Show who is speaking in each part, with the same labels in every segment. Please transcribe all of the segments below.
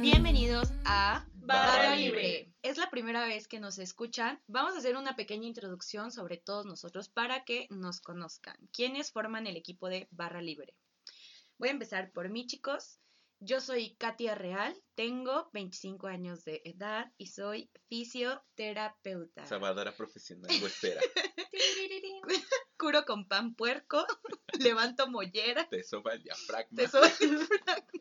Speaker 1: Bienvenidos a
Speaker 2: Barra Libre.
Speaker 1: Es la primera vez que nos escuchan. Vamos a hacer una pequeña introducción sobre todos nosotros para que nos conozcan. ¿Quiénes forman el equipo de Barra Libre? Voy a empezar por mí, chicos. Yo soy Katia Real, tengo 25 años de edad y soy fisioterapeuta.
Speaker 2: Salvadora profesional huespera.
Speaker 1: Curo con pan puerco, levanto mollera,
Speaker 2: Te soba el diafragma.
Speaker 1: Te soba el frasco.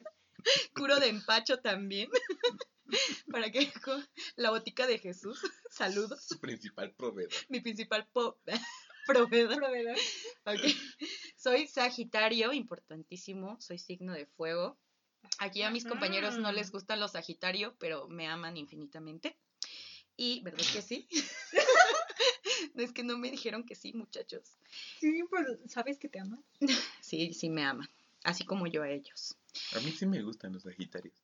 Speaker 1: Curo de empacho también. Para que co- la botica de Jesús, saludos,
Speaker 2: Su principal proveedor.
Speaker 1: mi principal po- proveedor. Ok. Soy Sagitario, importantísimo, soy signo de fuego. Aquí a mis compañeros no les gustan los Sagitario, pero me aman infinitamente. Y, ¿verdad que sí? No, es que no me dijeron que sí, muchachos.
Speaker 3: Sí,
Speaker 1: pues,
Speaker 3: pero sabes que te aman.
Speaker 1: Sí, sí me aman, así como yo a ellos.
Speaker 2: A mí sí me gustan los sagitarios.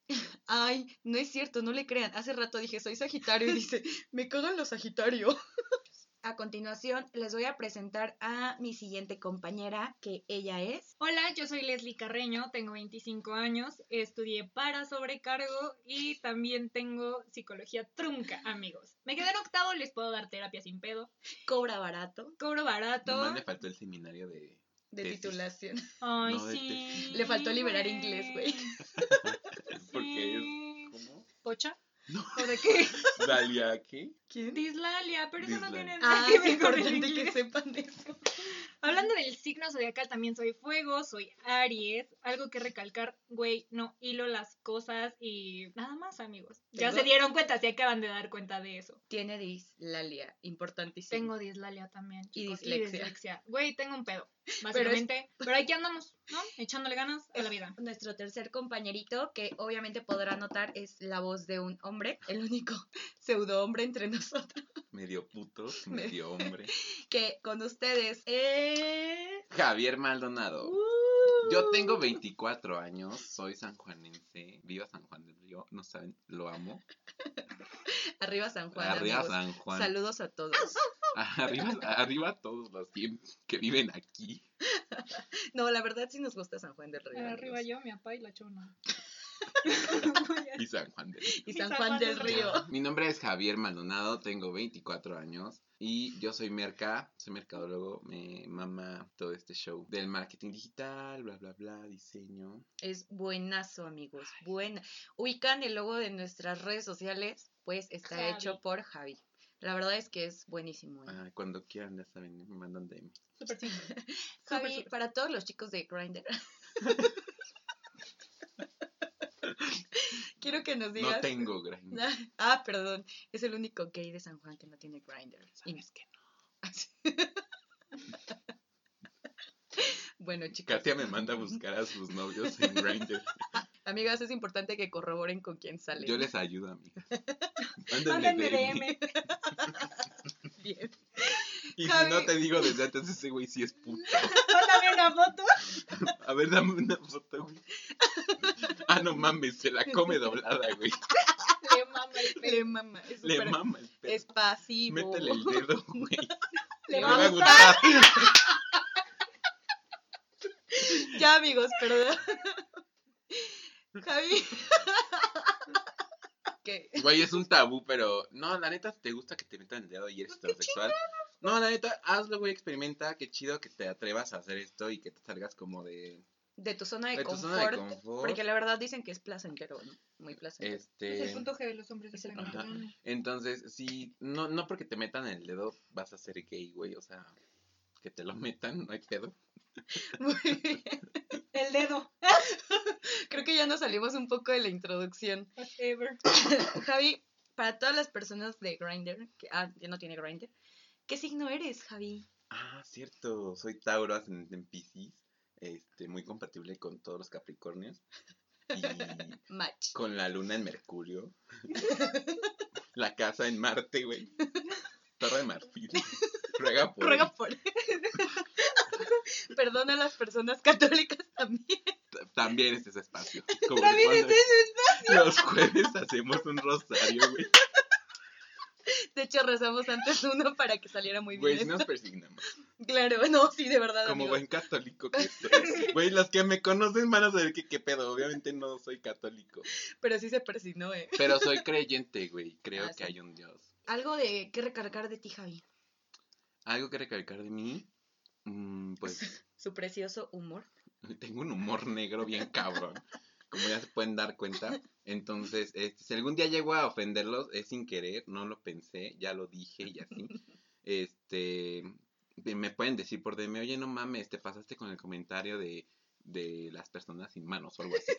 Speaker 1: Ay, no es cierto, no le crean. Hace rato dije, soy Sagitario y dice, me cagan los Sagitario. A continuación, les voy a presentar a mi siguiente compañera, que ella es.
Speaker 3: Hola, yo soy Leslie Carreño, tengo 25 años, estudié para sobrecargo y también tengo psicología trunca, amigos. Me quedé en octavo, les puedo dar terapia sin pedo.
Speaker 1: Cobra barato
Speaker 3: Cobro barato.
Speaker 2: Nomás le faltó el seminario de.
Speaker 1: de
Speaker 2: Tesis.
Speaker 1: titulación.
Speaker 3: Ay,
Speaker 2: No, de
Speaker 3: sí.
Speaker 1: Le faltó liberar inglés, güey.
Speaker 2: Porque es.
Speaker 3: Sí.
Speaker 2: ¿Cómo?
Speaker 3: ¿Pocha?
Speaker 2: No.
Speaker 3: ¿O de qué?
Speaker 2: Dalia, ¿qué?
Speaker 1: ¿Quién?
Speaker 3: Dislalia, pero eso no
Speaker 2: Dislalia.
Speaker 3: tiene nada
Speaker 1: Ah,
Speaker 3: que
Speaker 1: es
Speaker 3: ver con el
Speaker 1: importante
Speaker 3: inglés.
Speaker 1: que sepan de eso.
Speaker 3: Hablando del signo zodiacal, también soy fuego, soy Aries. Algo que recalcar, güey, no hilo las cosas y nada más, amigos. Ya
Speaker 1: Tengo-
Speaker 3: se dieron cuenta, se acaban de dar cuenta de eso.
Speaker 1: Tiene dislalia, importantísimo.
Speaker 3: Tengo dislalia también.
Speaker 1: Y
Speaker 3: chicos,
Speaker 1: dislexia.
Speaker 3: Güey, tengo un pedo, básicamente. Pero, aquí andamos, ¿no? Echándole ganas a la vida.
Speaker 1: Nuestro tercer compañerito, que obviamente podrá notar, es la voz de un hombre, el único pseudo hombre entre nosotros.
Speaker 2: Medio puto,
Speaker 1: Me-
Speaker 2: medio hombre.
Speaker 1: que con ustedes es...
Speaker 2: Javier Maldonado.
Speaker 1: Uh.
Speaker 2: Yo tengo 24 años, soy sanjuanense, viva San Juan del Río, no saben, lo amo.
Speaker 1: Arriba San Juan.
Speaker 2: arriba
Speaker 1: amigos.
Speaker 2: San Juan.
Speaker 1: Saludos a todos.
Speaker 2: ¡Ah! Arriba, arriba a todos los que, que viven aquí.
Speaker 1: No, la verdad sí nos gusta San Juan del Río.
Speaker 3: Arriba
Speaker 1: amigos.
Speaker 3: yo, mi papá y la chona.
Speaker 2: Y San Juan del Río.
Speaker 1: Y San Juan del Río.
Speaker 2: Mi nombre es Javier Maldonado, tengo 24 años y yo soy merca, soy mercadólogo, me mama todo este show del marketing digital, bla, bla, bla, diseño.
Speaker 1: Es buenazo, amigos. Buena. Ubican el logo de nuestras redes sociales, pues está
Speaker 3: Javi.
Speaker 1: hecho por Javi. La verdad es que es buenísimo. ¿eh?
Speaker 2: Ah, cuando quieran, ya saben, me mandan DM.
Speaker 3: Súper simple.
Speaker 1: Javi,
Speaker 3: súper.
Speaker 1: para todos los chicos de Grindr. Quiero que nos digas.
Speaker 2: No tengo Grindr.
Speaker 1: Ah, perdón. Es el único gay de San Juan que no tiene Grindr. Y-
Speaker 2: que
Speaker 1: Bueno, chicas.
Speaker 2: Katia me manda a buscar a sus novios en Grindr.
Speaker 1: Amigas, es importante que corroboren con quién salen.
Speaker 2: Yo les ayudo, amigas.
Speaker 3: Mándenme
Speaker 2: Mándenme DM.
Speaker 3: DM.
Speaker 1: Bien.
Speaker 2: Y si
Speaker 1: Javi.
Speaker 2: no te digo desde antes, ese güey sí es puto.
Speaker 3: Mándame una foto.
Speaker 2: A ver, dame una foto, güey. Ah, no mames, se la come doblada, güey.
Speaker 3: Le mama el pelo.
Speaker 1: Le mama. Es,
Speaker 2: Le
Speaker 1: súper-
Speaker 2: mama el pelo.
Speaker 1: es pasivo.
Speaker 2: Métele el dedo, güey.
Speaker 3: Le
Speaker 2: No
Speaker 3: va
Speaker 2: me
Speaker 3: a gustar.
Speaker 1: Ya, amigos, perdón. Javi. ¿Qué?
Speaker 2: Güey, es un tabú, pero no, la neta, si te gusta que te metan el dedo y
Speaker 3: Pues,
Speaker 2: eres heterosexual. No, la neta, hazlo, güey, experimenta. Qué chido que te atrevas a hacer esto y que te salgas como de,
Speaker 1: De tu zona de,
Speaker 2: de tu
Speaker 1: confort,
Speaker 2: zona de confort.
Speaker 1: Porque la verdad dicen que es placentero, ¿no? Muy placentero.
Speaker 3: Es el
Speaker 2: Este.
Speaker 3: punto G de los hombres.
Speaker 1: Es el
Speaker 3: espero.
Speaker 2: punto Entonces, sí, no, no porque te metan el dedo vas a ser gay, güey. O sea, que te lo metan, no hay pedo.
Speaker 1: Muy bien.
Speaker 3: El dedo.
Speaker 1: Creo que ya nos salimos un poco de la introducción.
Speaker 3: Whatever.
Speaker 1: Javi, para todas las personas de Grindr, que ah, ya no tiene Grindr, ¿qué signo eres, Javi?
Speaker 2: Ah, cierto, soy Tauro, ascendente en Pisces. Este, muy compatible con todos los Capricornios. Y
Speaker 1: Match.
Speaker 2: Con la luna en Mercurio. la casa en Marte, güey. Torre de Marfil. Ruega por.
Speaker 1: Ruega por. Perdona a las personas católicas también.
Speaker 2: él. También es ese espacio. Como
Speaker 3: También
Speaker 2: cuando
Speaker 3: es eso.
Speaker 2: Los jueves hacemos un rosario, güey.
Speaker 1: De hecho, rezamos antes uno para que saliera muy bien.
Speaker 2: Güey, si
Speaker 1: esto.
Speaker 2: nos persignamos.
Speaker 1: Claro, no, sí, de verdad.
Speaker 2: Como
Speaker 1: amigos.
Speaker 2: buen católico que soy. Güey, los que me conocen van a saber que qué pedo. Obviamente no soy católico.
Speaker 1: Pero sí se persignó, eh.
Speaker 2: Pero soy creyente, güey. Creo
Speaker 1: Ah,
Speaker 2: que
Speaker 1: sí.
Speaker 2: hay un Dios.
Speaker 1: Algo de qué recargar de ti, Javi.
Speaker 2: Algo que recalcar de mí. Mm, pues
Speaker 1: Su precioso humor.
Speaker 2: tengo un humor negro bien cabrón. Como ya se pueden dar cuenta. Entonces, este, si algún día llego a ofenderlos, es sin querer. No lo pensé, ya lo dije y así. Este. de- Me pueden decir por DM, oye, no mames, te pasaste con el comentario de, de las personas sin manos o algo así.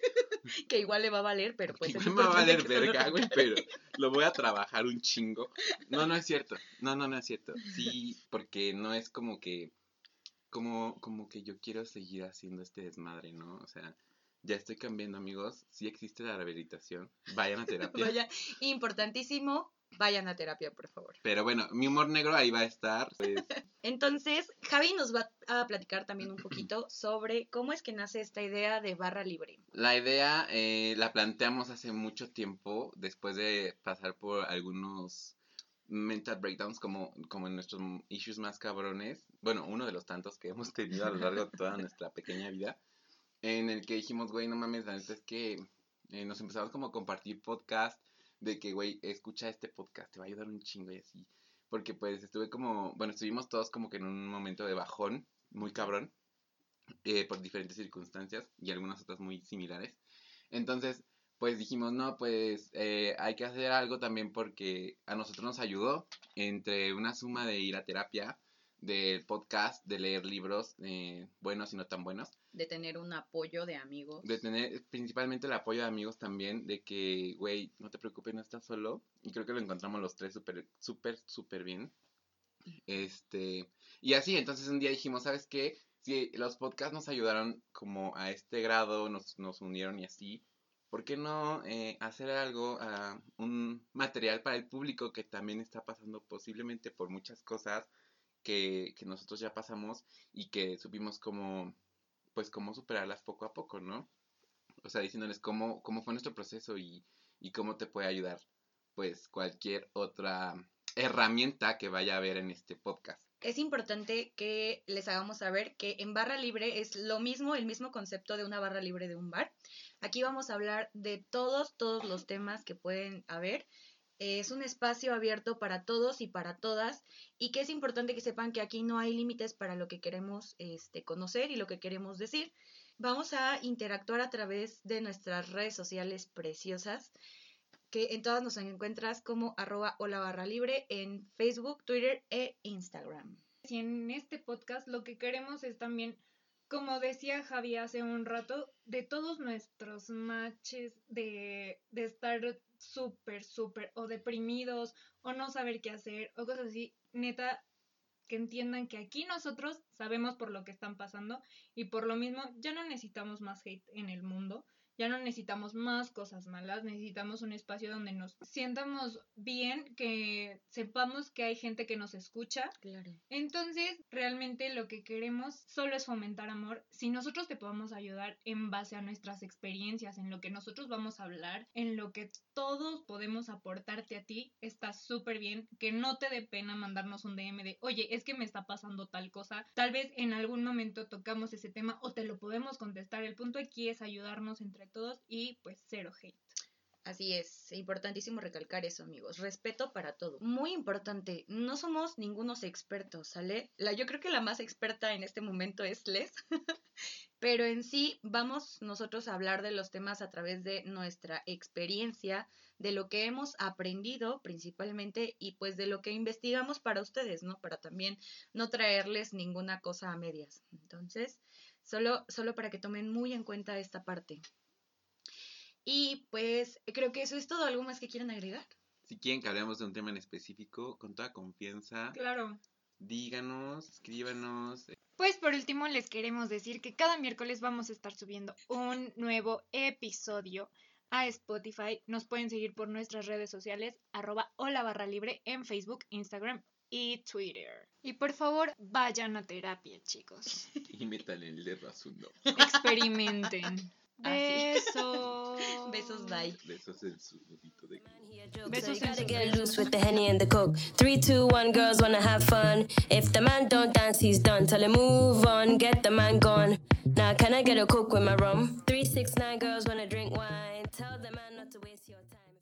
Speaker 1: Que igual le va a valer, pero pues.
Speaker 2: Igual
Speaker 1: es
Speaker 2: me va a
Speaker 1: importante
Speaker 2: valer
Speaker 1: que se lo
Speaker 2: verga, güey,
Speaker 1: recargue.
Speaker 2: pero lo voy a trabajar un chingo. No, no es cierto. No, no, no es cierto. Sí, porque no es como que. Como, como que yo quiero seguir haciendo este desmadre, ¿no? O sea, ya estoy cambiando, amigos. Sí existe la rehabilitación. Vayan a terapia.
Speaker 1: Vaya, importantísimo, vayan a terapia, por favor.
Speaker 2: Pero bueno, mi humor negro ahí va a estar. pues,
Speaker 1: Entonces, Javi nos va a platicar también un poquito sobre cómo es que nace esta idea de barra libre.
Speaker 2: La idea eh, la planteamos hace mucho tiempo, después de pasar por algunos mental breakdowns como, como en nuestros issues más cabrones. Bueno, uno de los tantos que hemos tenido a lo largo de toda nuestra pequeña vida, en el que dijimos, güey, no mames, la neta es que eh, nos empezamos como a compartir podcast de que, güey, escucha este podcast, te va a ayudar un chingo y así. Porque pues estuve como, bueno, estuvimos todos como que en un momento de bajón, muy cabrón eh, por diferentes circunstancias y algunas otras muy similares. Entonces, pues dijimos, no, pues eh, hay que hacer algo también porque a nosotros nos ayudó entre una suma de ir a terapia, del podcast, de leer libros eh, buenos y no tan buenos,
Speaker 1: De tener un apoyo de amigos.
Speaker 2: de tener principalmente el apoyo de amigos también, de que, güey, no te preocupes, no estás solo. Y creo que lo encontramos los tres súper, súper, súper bien. Este, y así, entonces un día dijimos, ¿sabes qué? Si los podcasts nos ayudaron como a este grado, nos, nos unieron y así, ¿por qué no eh, hacer algo, ah, un material para el público que también está pasando posiblemente por muchas cosas que, que nosotros ya pasamos y que supimos como, pues cómo superarlas poco a poco, ¿no? O sea, diciéndoles cómo, cómo fue nuestro proceso y, y cómo te puede ayudar, pues cualquier otra herramienta que vaya a haber en este podcast.
Speaker 1: Es importante que les hagamos saber que en barra libre es lo mismo, el mismo concepto de una barra libre de un bar. Aquí vamos a hablar de todos, todos los temas que pueden haber. Eh, Es un espacio abierto para todos y para todas y que es importante que sepan que aquí no hay límites para lo que queremos este, conocer y lo que queremos decir. Vamos a interactuar a través de nuestras redes sociales preciosas que en todas nos encuentras como arroba o la barra libre en Facebook, Twitter e Instagram.
Speaker 3: Y en este podcast lo que queremos es también, como decía Javi hace un rato, de todos nuestros matches de, de estar súper, súper o deprimidos o no saber qué hacer o cosas así, neta, que entiendan que aquí nosotros sabemos por lo que están pasando y por lo mismo ya no necesitamos más hate en el mundo. Ya no necesitamos más cosas malas, necesitamos un espacio donde nos sientamos bien, que sepamos que hay gente que nos escucha
Speaker 1: Claro.
Speaker 3: entonces, realmente lo que queremos solo es fomentar amor. Si nosotros te podemos ayudar en base a nuestras experiencias, en lo que nosotros vamos a hablar, en lo que todos podemos aportarte a ti, está súper bien. Que no te dé pena mandarnos un DM de, oye, es que me está pasando tal cosa. Tal vez en algún momento tocamos ese tema o te lo podemos contestar. El punto aquí es ayudarnos entre todos y pues cero hate.
Speaker 1: Así es, importantísimo recalcar eso, amigos. Respeto para todo. Muy importante, no somos ningunos expertos, ¿sale? La, yo creo que la más experta en este momento es Les, pero en sí vamos nosotros a hablar de los temas a través de nuestra experiencia, de lo que hemos aprendido principalmente y pues de lo que investigamos para ustedes, ¿no? Para también no traerles ninguna cosa a medias. Entonces, solo, solo para que tomen muy en cuenta esta parte. Y pues creo que eso es todo. ¿Algo más que quieran agregar?
Speaker 2: Si quieren que hablemos de un tema en específico, con toda confianza,
Speaker 3: Claro.
Speaker 2: díganos, escríbanos.
Speaker 3: Pues por último les queremos decir que cada miércoles vamos a estar subiendo un nuevo episodio a Spotify. Nos pueden seguir por nuestras redes sociales arroba hola barra libre en Facebook, Instagram y Twitter. Y por favor vayan a terapia chicos.
Speaker 2: Y métanle el dedo a su no.
Speaker 3: Experimenten.
Speaker 1: Ah,
Speaker 3: Besos.
Speaker 1: Besos, bye.
Speaker 2: Besos en su nudito de club.
Speaker 3: Besos
Speaker 4: So you
Speaker 3: en
Speaker 4: gotta
Speaker 3: su
Speaker 4: get loose with the henny and the coke. Three, two, one, girls wanna have fun. If the man don't dance, he's done. Tell him move on, get the man gone. Now can I get a coke with my rum? Three, six, nine, girls wanna drink wine. Tell the man not to waste your time.